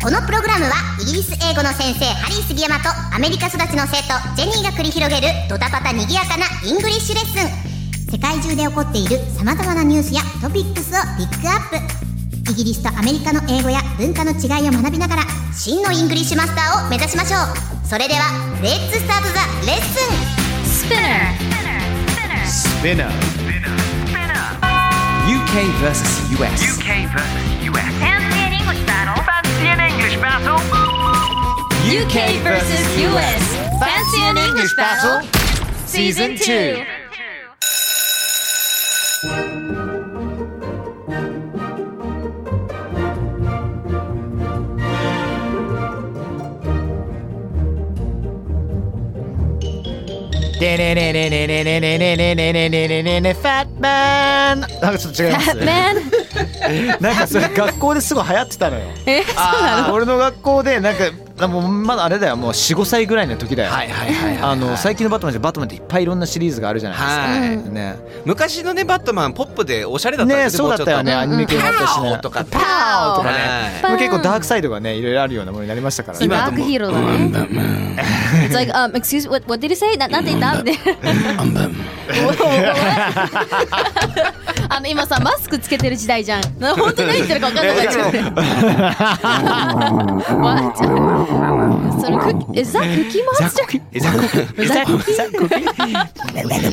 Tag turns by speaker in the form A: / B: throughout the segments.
A: このプログラムはイギリス英語の先生ハリー杉山とアメリカ育ちの生徒ジェニーが繰り広げるドタパタにぎやかなイングリッシュレッスン世界中で起こっている様々なニュースやトピックスをピックアップイギリスとアメリカの英語や文化の違いを学びながら真のイングリッシュマスターを目指しましょうそれではレッツスタートザレッスン
B: Spinner. UK versus US.
C: UK versus US. Fancy an English battle. Fancy an English
B: UK versus US.
C: battle. Fancy an English
B: Season
C: battle.
B: 2. でねねねねねねねねねねねねねねねファットマンなんかちょっと違いますねなんかそれ学校ですごい流行ってたのよ。えそうなの俺の学校でなんかもうまだあれだよもう45歳ぐらいの時だよ。
D: はいはいはいはいはい
B: あの最近のバットマンじゃバットマンっていっぱいいろんなシリーズがあるじゃない
D: はい
B: ですか。ね。
D: 昔のねバットマンポップでおしゃれだったん
B: ね
D: です
B: そうだったよね
D: も
B: ア
D: う
B: ニメ系
D: ちょ
B: もあったし
D: っとパオ
B: ね。
D: とか
B: パオとか
D: は
B: ね。もう結構ダークサイドがねいろいろあるようなものになりましたからね。
D: 今
E: ダークヒーローだね。It's like, um, excuse me, what, what did you say? ななんて言ったみ たい な。あの今さマスクつけてる時代じゃん。 な本当に何言ってるか分かんなくなっちゃって。笑っちゃうそれクッキーえザクッキーマウスじゃん。クッ
B: えざっこきえざっこきえざっこき
E: キーマウスさん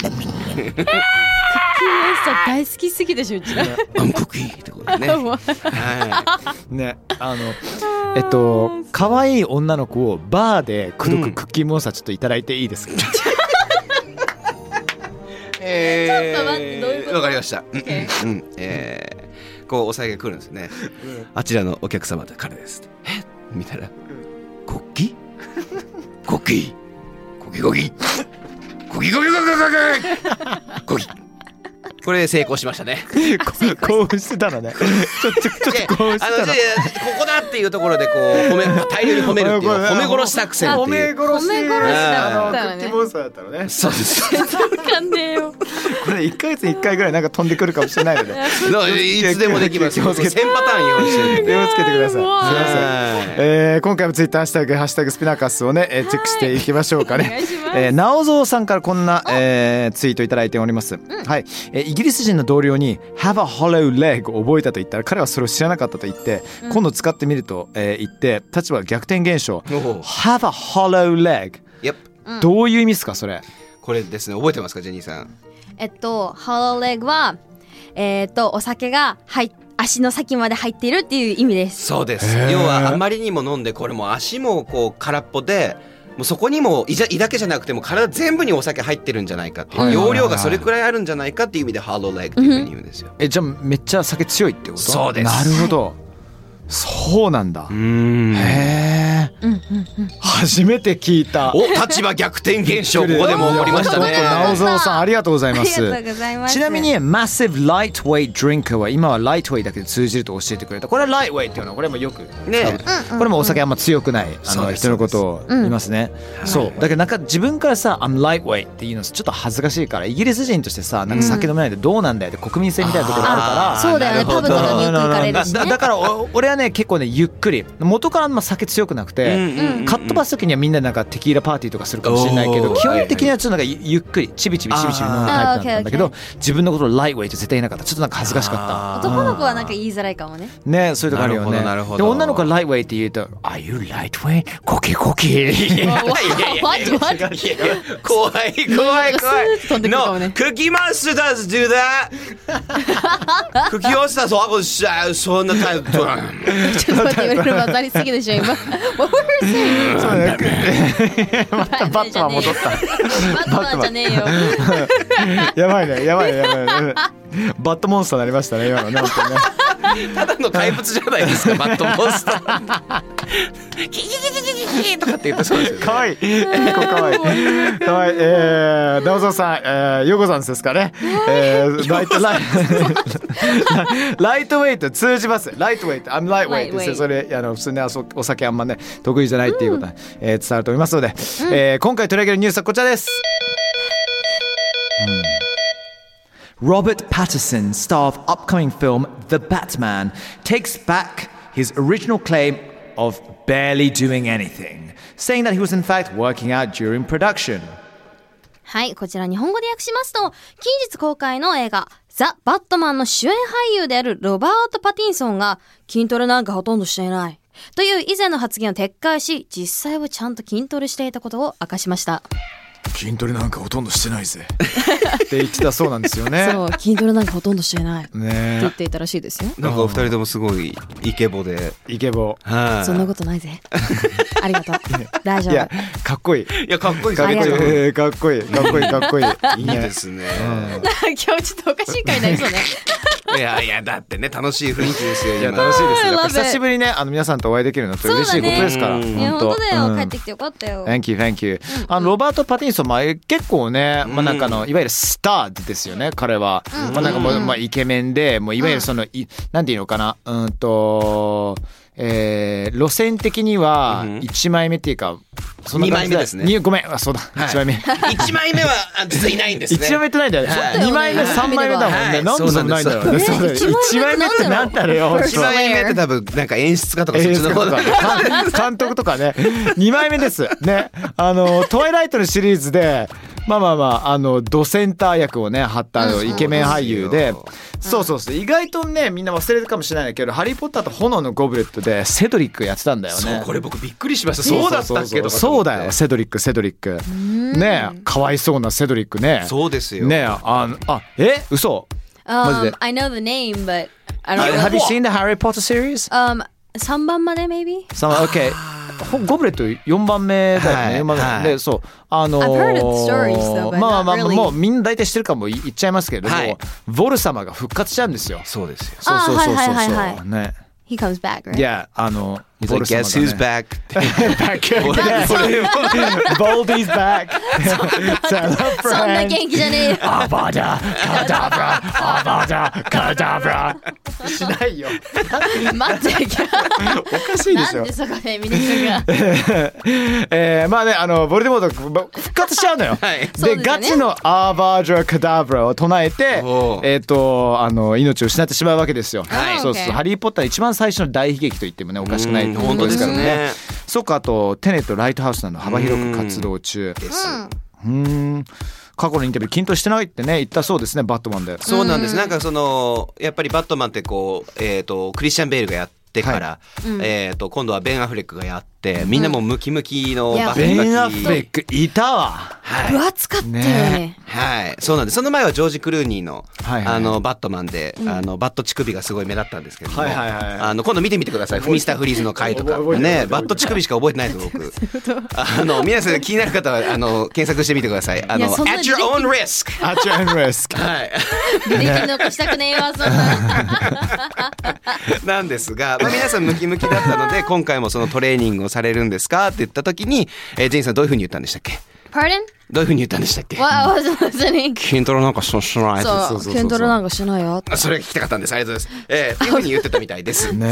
E: 大好きすぎでしょうちら。
D: アンクキーってことね。
E: もう
D: は
B: ねあのえっと可愛い女の子をバーで口説くクッキーモンスターちょっといただいていいですか。
D: い。え
E: ちょっと待ってどういう
D: ー
E: こと
D: わかりました。うんうんうんえーこうお酒が来るんですね。あちらのお客様で彼です。え見たら国旗？国旗？国旗国旗？国旗国旗国旗国旗国旗。これ成功しましたね。
B: 興奮してたのね。ちょっとちょっと興
D: い。
B: 奮してたの
D: やあのじゃあここだっていうところでこう褒め大量に褒める っていう褒め殺し作戦っていう。
B: 殺し。
E: 褒
D: し
E: め殺
D: だ
B: あの
E: ったらね
B: クッキーモンスターだったのね。
D: そうです。
E: わかんねえよ。
B: これ一ヶ月に一回ぐらいなんか飛んでくるかもしれ ないので。
D: の いつでもできます。1000
B: 気
D: パ
B: をつけて
D: ターン用意してるんで。
B: 手をつけてください。すみ
E: もう
B: ま
D: はい
B: せん。えー今回もツイッターハッシュタグハッシュタグスピナカスをね、えーチェックしていきましょうか
E: お願
B: ね
E: いしま。す
B: えー、なおぞうさんからこんな、えーツイートいただいております。はい、えーイギリス人の同僚に Have a hollow leg を覚えたと言ったら彼はそれを知らなかったと言って、今度使ってみると、えー言って立場が逆転現象。
D: おう
B: Have a hollow leg
D: やっぱ
B: どういう意味ですかそれ。
D: これですね覚えてますかジェニーさん。
E: えっとハローレグはえっとお酒が入っ足の先まで入っているっていう意味です。
D: そうです。要はあまりにも飲んでこれもう足もこう空っぽで。もうそこにも胃じゃ胃だけじゃなくても体全部にお酒入ってるんじゃないかっていう容量がそれくらいあるんじゃないかっていう意味でハードレッグっていうふうに言うんですよ。
B: えじゃあめっちゃ酒強いってこと
D: そうです
B: なるほど、そうなんだ、
D: うん
B: へえ、初めて聞いた
D: お立場逆転現象ここでも起こりました
B: ちょっと直
D: ね。
B: 蔵さんありがとうござい
E: あ
B: ま
E: りがと
B: す
E: うございま す。
B: ちなみに Massive Lightweight Drinker は今は Lightweight だけで通じると教えてくれたこれは Lightweight っていうのはこれもよく
D: ね
B: これもお酒あんま強くないあ
D: そう
B: の
D: です
B: 人のことを言いますね。そうだけどなんか自分からさ「I'm lightweight」っていうのちょっと恥ずかしいからイギリス人としてさなんか酒飲めないでどうなんだよって国民性みたいなところあ
E: あ
B: るから。
E: そうだよね
D: なるほ
E: パ
D: ど
E: ブとかによく行かれるしね
B: だだからお俺はね結構ねゆっくり元からあんま酒強くなくて、
D: うんうんうんうん
B: かっ飛ばす時にはみんななんかテキーラパーティーとかするかもしれないけど
D: おー
B: 基本的にはちょっとなんかゆゆっくりちびちびちびちび飲むタイプだったんだけ
E: あーオ
B: ど自分のことをライトウェイって絶対言えなかったちょっとなんか恥ずかしかった。
E: 男の子はなんか言いづらいかもね。
B: ねそういうとこあるよね。
D: なるほどなるほど
B: で女の子はライトウェイって言うと「Are you lightweight? コキコ キ」
E: マジマジ
D: いやいや怖い怖い怖い
E: なんかスーッと飛んでくるかもね
D: No, Cookie Monster does do that! Cookie Monster そうあこしゃそんなタイプ
E: ちょっと待って、言われる混ざりすぎでし ょ、今。What were you saying?
B: またバットマン 戻った。
E: バットマンじゃねえよ。
B: やばいね、やばいね、やばいね。バットモンスターになりましたね、今のね、本当にね。
D: ただの怪物じゃないです か、マットモンスター。キキキキキキキとかって言 ってそうですよ、ね。
B: かわいい。かわいい。かわいい。えー、ダオゾウさん、えー、ヨコさんですかね。え ー、ライト、ライト、ライトウ ェイト通じます。ライトウェイト、I'm lightweight ですよそれ、あの、普通ね、あそお酒あんまね、得意じゃないっていうことが、えー伝わると思いますので、えー、今回取り上げるニュースはこちらです。
F: Robert Patterson, star of upcoming film The Batman, takes back his original claim of barely doing anything, saying that he was in fact working out during production.
E: はい、こちら日本語で訳しますと、近日公開の映画、ザ・バットマンの主演俳優であるロバート・パティンソンが、筋トレなんかほとんどしていない。という以前の発言を撤回し、実際はちゃんと筋トレしていたことを明かしました。
F: 筋トレなんかほとんどしてないぜ。
B: って言ってたそうなん ですよね。
E: そう、筋トレなんかほとんどしていない。って
B: ね
E: 言っていたらしいですよ。
D: なんかお二人ともすごいイケボで。
B: イケボ
D: はい
E: そんなことないぜ。ありが とう。大
B: い
E: 丈
B: や
E: 夫。
B: かっこいい
D: いや、かっこいい
B: か
D: か
B: っ
D: っ
B: こ
D: こい
B: いい
D: い。
B: えーかっこいいかっこいいかっこいい
D: いいですね。
E: 今日ちょっとおかしい回にな りそうね。
D: いやいや、だってね、楽しい雰囲気ですよ。
B: いや楽しいですよやっぱ
E: I love it
B: 久しぶりにねあの皆さんとお会いできるのって嬉しいことですから、
D: そうだね
E: いや、本当だ
B: う
E: よ。
B: ん
E: 帰ってきてよかったよ。
B: Thank you, thank you. あのロバート・パティンソン、まあ、え結構ね、まあ、なんかあのいわゆるスターですよね彼は、まあ、なんかもう、まあ、イケメンでもういわゆるその、いなんていうのかなうんと、えー、路線的には
D: うん
B: 1枚目っていうかそんな
D: 二
B: 感
D: 枚
B: じ
D: 目
B: だ
D: ですね
B: にごめんあそうだ、
D: い
B: 1枚目
D: 一枚目はあ実はいないんですね。
B: 1枚目ってないんだよね
D: はい
B: 2枚目3枚目だもんね、
D: はい
B: なんでそんなないんだろうね
D: そ
B: そうだよね
E: 一
B: 1枚
E: 枚目
B: 目
E: っ
B: ってて
E: なん
B: 何だろうよ
D: 一枚目って多分なんか演出家とかそっちの方だ。
B: 監 監督とかね2枚目ですねあの「トワイライト」のシリーズでまあまあまああのドセンター役をね張ったあのイケメン俳優で
D: そう
B: そうそうそう意外とねみんな忘れるかもしれないけど「ハリー・ポッターと炎のゴブレット」でセドリックやってたんだよね
D: そうこれ僕びっくりしました。そうだったっけとかと思って。
B: そうだよセドリックセドリックねえかわいそうなセドリックね
D: そうですよ。
B: ねえあのあえ嘘マジ
E: Um,
B: で
E: I know the name, but I don't
B: Have
E: know.
B: you seen the Harry Potter series?
E: Um, 3番まで maybe?
B: さあ、OK。ほゴブレット4番目だよ
D: は
B: ね、
D: い
B: 四番目
D: はい
B: でそうあのー
E: I've heard the stories, though, but
B: まあまあ、
E: not really.
B: もうみんな大体知ってるかも言っちゃいますけれども、
D: はい
B: ボル様が復活しちゃうんですよ
D: そうですよ。
B: そうそうそうそうそう、
E: はいはいはいは
B: ね
E: He comes back, right?
B: いやあのボ
D: Like,
B: ル様
D: Guess who's
B: が、ね、
D: back?
B: ボルディーズバ ック
E: そんな元気じゃねえよ。
B: アバダカダブラアバダカダブラ しないよ
E: 待って、
B: おかしいで
E: な
B: し
E: ん
B: ょ
E: でそこで皆さんが。
B: えーまあねあのボルデモートば復活しちゃうのよ。
D: はい
E: そうで
B: で
E: すよね
B: ガチのアーバージョラカダブラを唱えて
D: おう
B: えっ、とあの命を失ってしまうわけですよ。
E: はい
B: そうそう
E: Okay
B: ハリー・ポッターの一番最初の大悲劇と言ってもねおかしくない
D: うん
B: 本当ですからね。
D: 本当ですね
B: そうかあとテネとライトハウスなど幅広く活動中。うーん過去のインタビュー均等してないってね言ったそうですねバットマンで。
D: そうなんです。なんかそのやっぱりバットマンってこうえっ、とクリスチャンベールがやってから、えっ、と今度はベンアフレックがやって、みんなもうムキムキの
E: いや
D: バキバキ。
B: ベン・アフレックいたわ。
D: はい。
E: 分厚かったよね
B: ね。
D: はい、そうなんです。その前はジョージ・クルーニーの、
B: はいはい
D: あの、バットマンで、あの、バット乳首がすごい目立ったんですけども、
B: はいはいはい
D: あの、今度見てみてください。ミスター・フリーズの回とか
B: 覚え。てない
D: ね、バット乳首しか覚えてない です、僕。あの、皆さん気になる方は、あの、検索してみてください。あ
E: い
D: の、
E: やそんな
D: at your own risk!
B: アチュアン・レスク。
D: はい。
E: 履歴残したくねえわ、そんな。
D: なんですが、まあ、皆さんムキムキだった ので、今回もそのトレーニングをされるんですかって言った時に、えージェインさんどういうふうに言ったんでしたっけ
E: Pardon?
D: どういうふうに言ったんでしたっけ
E: What was listening?
D: 筋トレなんかししない
E: そう、ケントロなんかしないよ。
D: あそれが聞きたかったんです。ありがとうございます。えー、っていうふうに言ってたみたい です。
B: ね
E: そうだった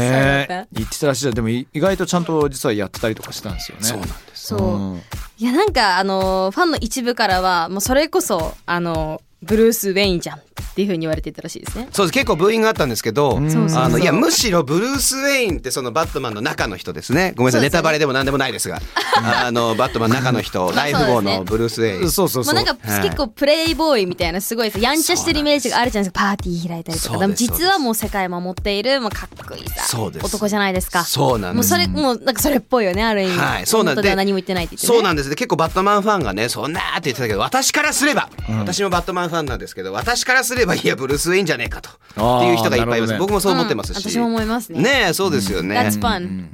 B: え言ってたらしいじゃんでもい意外とちゃんと実はやってたりとかしてたんですよね
D: そうなんです。
E: そう。いや、なんか、あの、ファンの一部からは、もうそれこそ、あの、ブルース・ウェインじゃんっていうふうに言われていたらしいですね。
D: そうです結構ブーイングあったんですけど、
E: そうそう
D: あのいやむしろブルース・ウェインってそのバットマンの中の人ですねごめんなさい、
E: そうで
D: ネ
E: すね
D: タバレでも何でもないですがあのバットマンの中の人
E: まあ
D: ライフ号
E: そうです
D: の
E: ね
D: ブルース・ウェイン
B: そうそう
E: も
B: そうう
E: なんか
D: はい
E: 結構プレイボーイみたいなすごいさやんちゃしてるイメージがあるじゃないですかパーティー開いたりと
D: そ
E: か
D: う
E: でも
D: です
E: 実はもう世界守っているもうかっこいいさ
D: そうです
E: 男じゃないですか
D: そうなんです
E: もうそれもうなんかそれっぽいよねある意味
D: はいそうなん
E: 本
D: で
E: 当では何も言ってないって言って、ね、
D: そうなんですで結構バットマンファンがねそんなーって言ってたけど私からすれば、私もバットマンファンなんですけど私からすればいやブルース・ウェインじゃねえかと
B: あー
D: っていう人がいっぱいいます、
B: なるほ
D: 僕
B: どね
D: もそう思ってますし、
E: うん私も思いますね
D: ねえそうですよね、
E: That's fun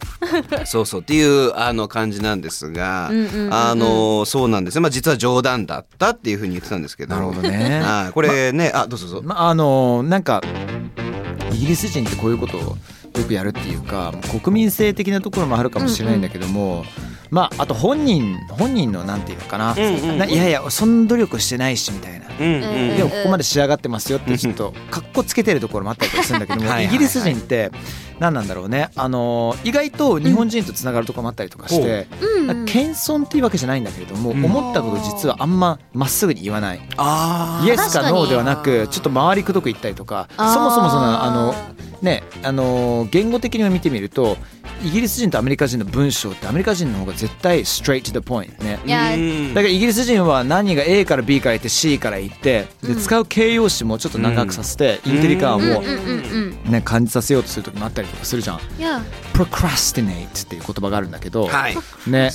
D: そうそうっていうあの感じなんですが、あのそうなんですねまあ実は冗談だったっていうふうに言ってたんですけど
B: なるほどね
D: はいこれねあどうぞどうぞ
B: まああのなんかイギリス人ってこういうことをよくやるっていうか国民性的なところもあるかもしれないんだけども、まああと本人本人のなんていうのかな,な、
D: うんうん
B: いやいやそんな努力してないしみたいな。
D: うんうん
E: うん
B: でもここまで仕上がってますよ ってちょっとかっこつけてるところもあったりとかするんだけども
D: はいはいはい
B: イギリス人って何なんだろうねあの意外と日本人とつながるところもあったりとかして、
E: うんうん
B: 謙遜っていうわけじゃないんだけれども、
D: うん
B: 思ったこと実はあんままっすぐに言わない
D: あ
B: イ
D: ー
B: エス
E: 確か
B: か
E: に
B: ノーではなくちょっと回りくどく言ったりとかそ
E: あー
B: もそもそのあのねあの言語的にも見てみるとイギリス人とアメリカ人の文章ってアメリカ人の方が絶対 straight to the point ね。
E: いや
D: うん
B: だからイギリス人は何が A から B から行って C から行ってで使う形容詞もちょっと長くさせてインテリ感を
E: うんうんうん
B: ね感じさせようとする時もあったりとかするじゃん。
E: いや
B: procrastinate っていう言葉があるんだけど、
D: はい
B: ね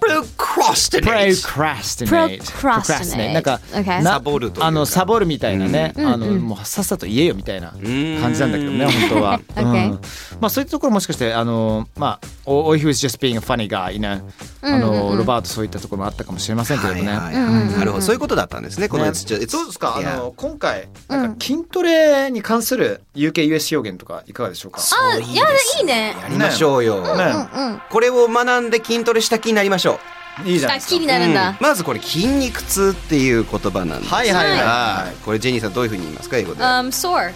B: procrastinate
D: プロクロステネイト
B: procrastinate
E: Procrastinate
B: なんか
E: Okay
B: な
D: サボるというか
B: あのサボるみたいなね、
E: ん
B: あの
E: うん
B: もうさっさと言えよみたいな
D: うん
B: 感じなんだけどね本当は、
E: Okay
B: うんまあそういったところもしかしてあのまあ oh, oh, he was just being a funny guy you know あの、
E: うんうんうん
B: ロバートそういったところもあったかもしれませんけれどね、
D: はいはいはいなるほどそういうことだったんですねこの
B: ね
D: It's just-
B: どうですかあ
D: Yeah
B: の今回なんか筋トレに関する UKUS 表現とかいかがでしょうか、
E: あいやいいね
D: やりましょうよ、
B: ね
E: うん
D: これを学んで筋トレした気になりましょ
B: いいじゃない
E: あ
B: ですか
E: 気になるんだ
D: うまずこれ筋肉痛っていう言葉なんです
B: はいはいはい
D: はいこれジェニーさんどういうふうに言いますか英語で
E: Um, sore.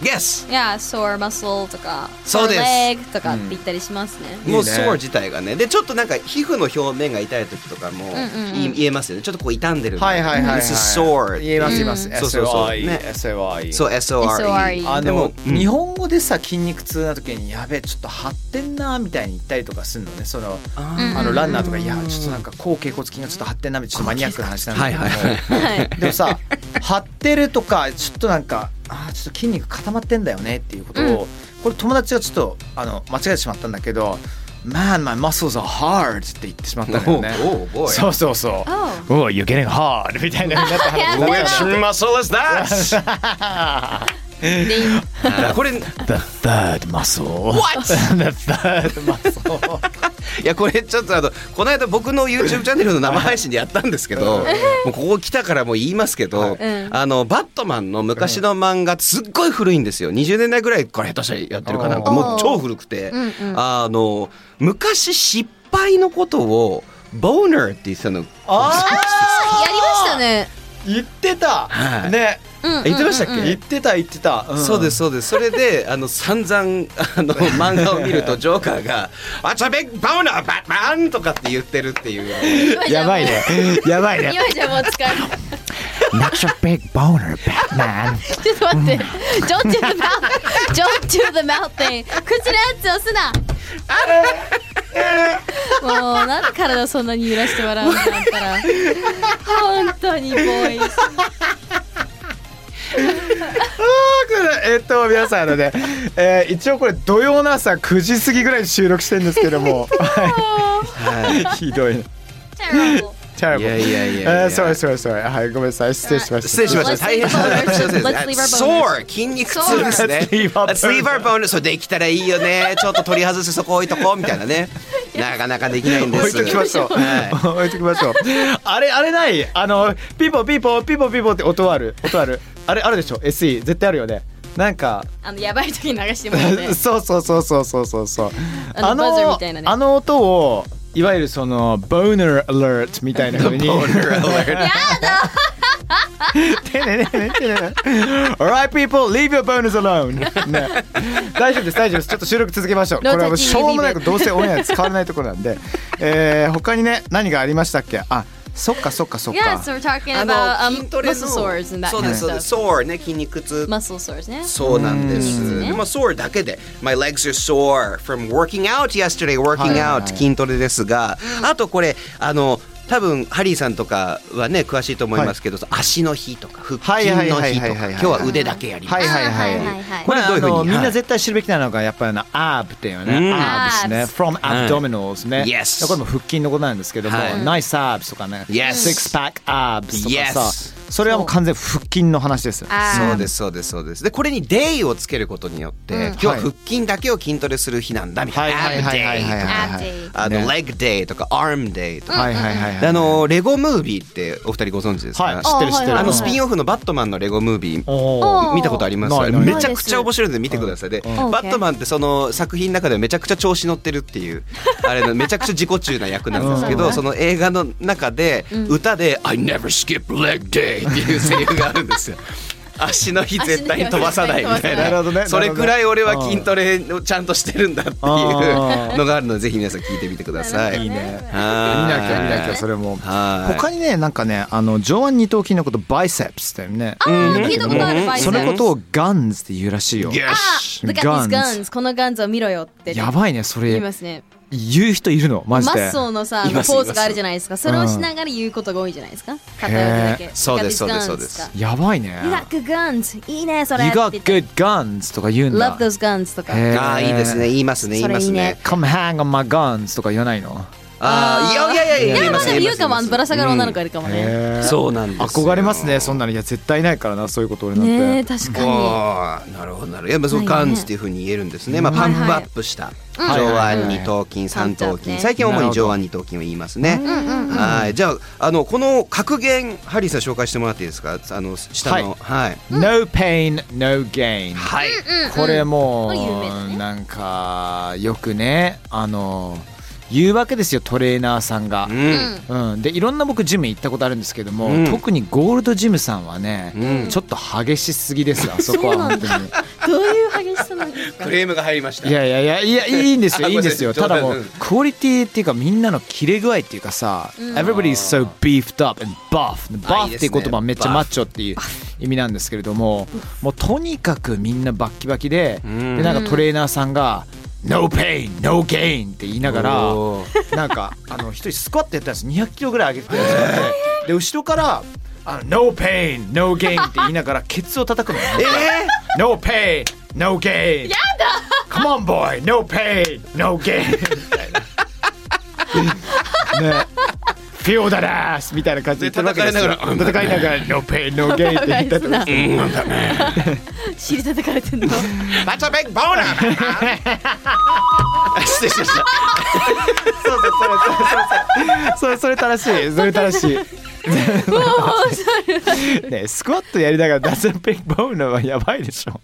D: Yes!
E: Yeah, sore muscle とか、
D: そうです
E: sore leg とかって言ったりしますね。
B: ね
D: もうソー自体がねでちょっとなんか皮膚の表面が痛い時とかも
E: ん
D: い言えますよねちょっとこう傷んでる
B: はいはいはいはい
D: This is sore
B: 言います言います、
D: そうそうそう
B: SOI
D: ね
B: SOI
D: そう SORE
E: SORE
B: あ
D: で
B: の
D: も、
B: 日本語でさ筋肉痛な時にやべえちょっと張ってんなみたいに言ったりとかするのねその
D: あ
E: ー
B: あのランナーとかいやちょっとなんか高脛骨筋がちょっと張ってんなみたいなちょっとマニアックな話なんだけども、
D: はいはい
E: はい。
B: でもさ張ってるとかちょっとなんかあーちょっと筋肉固まってんだよねっていうことを、これ友達がちょっとあの間違えてしまったんだけど「Man my muscles are hard」って言ってしまったんだよ ね。
D: Oh, boy.
B: そうそうそう
E: Oh.
B: 「Oh you're getting hard」みたいなになった話になったよね
D: muscle is that? これい
B: The third muscle. What? The third muscle.
D: やこれちょっとあのこの間僕の YouTube チャンネルの生配信でやったんですけどもうここ来たからもう言いますけど、
E: ん
D: あのバットマンの昔の漫画すっごい古いんですよ20年代ぐらいから下手したらやってるかなんか
E: おー
D: もう超古くて、
E: うんうん
D: あの昔失敗のことをボーナーって言ってたの
B: あ
E: やりましたね。
B: 言ってた。
D: はい
B: ね、
E: うんうんうん
D: 言ってましたっけ
B: 言ってた言ってた。ん
D: そうです。そうですそれで あの散々あの漫画を見るとジョーカーが「What's a big boner, Batman!」とかって言ってるっていう
E: 今じゃ
B: やばいね。やばい
E: もう。
B: ね。
E: 今じゃもう 使える。
B: That's a big boner, Batman.
E: ちょっと待って。Don't do the mouth. Don't do the mouth thing. 口のやつを押すな。もうなんで体をそんなに揺らして笑うのあんた ら。本当にボーイズ。
B: えっと皆さんあのね、えー、一応これ土曜の朝9時過ぎぐらいに収録してるんですけ ども、はいひどいね。
E: Terrible.
B: チャラ
D: いやいやいやいや
B: えー、そうですそうですそうです。はいごめんなさい失礼しました。
D: 失礼しました
E: Let's
D: 大変
E: leave our bonus.
D: 失礼しま
E: Let's leave
D: した
E: our
D: Sore 筋肉痛ですね
B: Let's leave our
D: Let's leave our bonus そうできたらいいよねちょっと取り外してそこ置いとこうみたいな ねなかなかできないんです
B: 置いときましょう。
D: はい
B: 置いときましょう。あれあれない。あのピポピポピポピポって音ある。音ある。あれあるでしょ。SE 絶対あるよね。なんか、。
E: あのやばい時に流してもらっ て
B: そうそうそうそうそうそうそう。
E: あのバズーみたいなね
B: あの音をいわゆるそのボーナーアラートみたいな 風に。てねねねてねね Alright people, leave your bonus alone ね。大丈夫です大丈夫です。ちょっと収録続けましょう。こ
E: No
B: れはもう
E: touching,
B: しょうもないことどうせオンエアで使われないところなんで。えー、他にね何がありましたっけ？あ、そっかそっかそっか。
E: Yes, we're talking about
D: あ
E: um,
D: の筋トレの
E: muscle sores and that
D: そうで
E: kind of
D: すそうです
E: stuff.
D: Sore ね筋肉痛
E: Muscle sores ね。
D: そうなんです。でも、sore だけで、my legs are sore from working out yesterday, working
B: はいはい
D: out 筋トレですが、あとこれ、あの、多分ハリーさんとかはね詳しいと思いますけど、足の日とか腹筋の
B: はい
D: 日
B: は
D: と
B: いはいはいはいは
D: か
B: い
D: 今日は腕だけやります、
B: はいはいはい
E: はいはいはい
B: これ
D: これど
B: あ
D: ういうふうに
B: の
D: はい
B: みんな絶対知るべきなのがやっぱりあのアーブっていうね、
D: うん
B: アーブですね from
D: はい
B: abdominals ね、
D: Yes
B: これも腹筋のことなんですけども、
D: はい
B: ナイスアーブとかね、
D: Yes
B: シックスパックアーブとかさ
D: Yes
B: それはもう完全に腹筋の話ですよね。
E: あー
D: そうですそうですそうですでこれに「day」をつけることによって、今日は腹筋だけを筋トレする日なんだみたいな
B: はいはいはいはいはいはい
E: あー
D: あの、
B: ね
D: leg day とか arm day とか、
B: はいはいはいはい。
D: であのレゴムービーってお二人ご存知ですか、
B: はい、知ってる知って
E: あ
B: る。
D: あのス
B: ン
D: ピンオフのバットマンのレゴムービー
B: おー
E: ー
D: 見たことあります
B: ない
D: めちゃくちゃ面白いので見てくださいで、
E: ん
D: バットマンってその作品の中でめちゃくちゃ調子乗ってるって いうあれのめちゃくちゃ自己中な役なんですけど、その映画の中で歌で「I never skip leg day」っていうセリフがあるん ですよ。足の日絶対に飛ばさないみたい
E: 足の日は絶対に飛ばさな
D: ない
B: なるほどね
D: それくらい俺は筋トレをちゃんとしてるんだっていう
B: あー
D: のがあるのでぜひ皆さん聞いてみてください。
B: いいね。
D: は
B: 見
D: ーい
B: なきゃ見なきゃそれも。
D: はい
B: 他にねなんかねあの上腕二頭筋のことバイセプスってね。
E: ー聞いたことあるバイセ
B: そ
E: プス
B: のことをガンズって言うらしいよ。
D: よし
E: Look at
B: Guns
E: these guns このガンズを見ろよって
B: やばいねそ
E: 言い
B: れ
E: ますね
B: 言う人いるのマジ
E: マ
B: で
E: ッ。ソーのさあの
D: います
E: ポーズがあるじゃないですかそれをしながら言うことが多いじゃないですか片腕だけ
D: そうです
E: Look at these
D: そうですそう
E: guns
B: やばいね。
E: You got good guns いいねそれ
B: You got
E: って言っ
B: good guns とか言う
E: て
B: ん
E: Love
B: だ。
E: those guns とか
B: へー
D: ああいいですね言いますね言います
E: それいい
D: ね
E: ね。
B: Come hang on my guns とか言わないの。
D: ああいやいやいや
E: い
D: 言い
E: やま
D: ま
E: あ
D: す
E: でも
D: 言い
E: 優
D: ます
E: 香はぶら下がる女の子が
D: う
E: いるかもね
B: へ
D: ん
B: ー
D: そうなんですよ
B: 憧れますねそんなのいや絶対いないからなそういうこと俺なんて。
E: ねえ確かに
D: あーなるほどなるほどやっぱそう
E: ないね
D: ガンズっていうふうに言えるんですね、まあ、パンプアップした
B: はいはい
D: 上腕二頭筋三頭
E: パンプアップね
D: 筋最近主に上腕二頭筋を言いますねはいじゃああのこの格言ハリーさん紹介してもらっていいですかあの下のはい、
B: No pain, no gain。
D: はい
B: これも
E: これ有名だね
B: うなんかよくねあの言うわけですよトレーナーさんが
D: う。ん
B: うん、でいろんな僕ジム行ったことあるんですけども、
D: うん
B: 特にゴールドジムさんはね、
D: うん
B: ちょっと激しすぎですあそこは本当に
E: どういう激しさなんですか
D: クレームが入りました
B: いやいやいやい やいいんですよいいんですよ
D: あご
B: た
D: めんなさ
B: だ
D: い
B: も
D: 冗
B: う
D: 談
B: クオリティっていうかみんなの切れ具合っていうかさ、Everybody is so beefed up and buff
D: あいい
B: バフ
D: で
B: っ
D: す
B: てい
D: ね
B: う言葉はめっちゃ
D: buff
B: マッチョっていう意味なんですけれどももうとにかくみんなバッキバキで,、
D: ん
B: でなんかトレーナーさんが「No pain no gain」って言いながら
D: お
B: なんかあの一人スクワットやったんです200キロぐらい上げて で後ろからあの「No pain no gain」って言いながらケツを叩くのよ。
D: え
B: No pain, no gain. やだ !Come on, boy! No pain, no gain! みたいな。ね。Feel that ass! みたいな感じで言ってるわけですよ
D: 戦い
B: 戦いながら、No pain, no gain! って言ったりとかして
E: 尻叩かれてんの
D: ー、バチャベックボーナー失礼しました
B: そうそうそうそうそうそれそれ正しいそれ正しいねスクワットやりながらダズンペイボウナーはやばいでしょ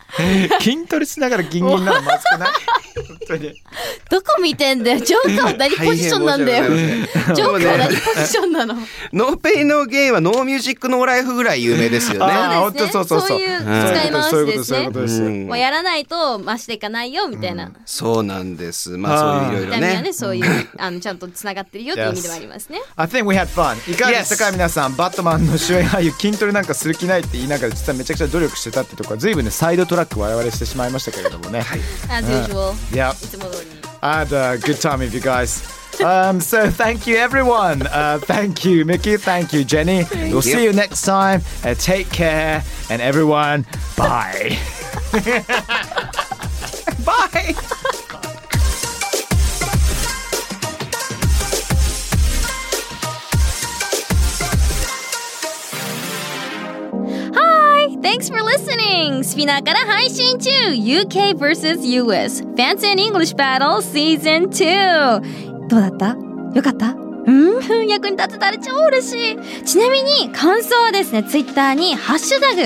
B: 筋トレしながらギンギンなのまずくない本当に
E: どこ見てんだよジョーカーは何ポジションなんだよ
D: 大
E: ジ
D: 変申し訳
E: ョーカーは何ポジションなの
D: ノーペインノーゲインはノーミュージックノーライフぐらい有名ですよね。
B: あー本当そうそうそう
E: そういう使い回しです
B: そういう
E: ね
B: ことですそういうことです
D: うん
E: もうやらないとマシでいかないよみたいな
D: そうなんです。まあ
B: あ
D: そ
B: ー
D: ういういろい
E: 痛
D: ろ
E: みはね
D: ね。
E: そういうあのちゃんとつながってるよっていう意味ではありますね
B: I think we had fun いかがでしたか
D: Yes.
B: 皆さんバットマンの主演俳優筋トレなんかする気ないって言いながら実はめちゃくちゃ努力してたってとこは随分ねサイドトラック我々してしまいましたけれどもね、
E: as usual
B: いや
E: いつも通りに
B: I had a good time with you guys um, so thank you everyone uh, thank you Mickey thank you Jenny we'll see you next time uh, take care and everyone bye bye
E: はい Thanks for listening! スピナーから配信中 !UK vs.US Fancy and English Battle Season 2! どうだったよかったうん役に立てたら超嬉しいちなみに感想はですね、Twitter にハッシュタグ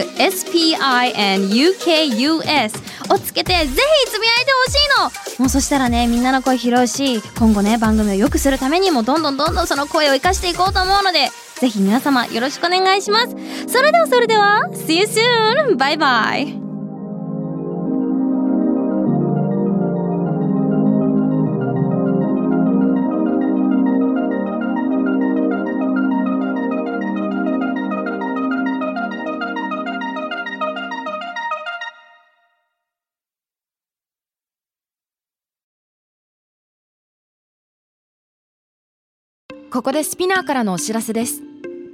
E: SPINUKUS をつけてぜひつぶやいてほしいのもうそしたらね、みんなの声拾うし、今後ね、番組を良くするためにもどんどんどんどんその声を生かしていこうと思うので、ぜひ皆様よろしくお願いします。それではそれでは、See you soon! バイバイ
G: ここでスピナーからのお知らせです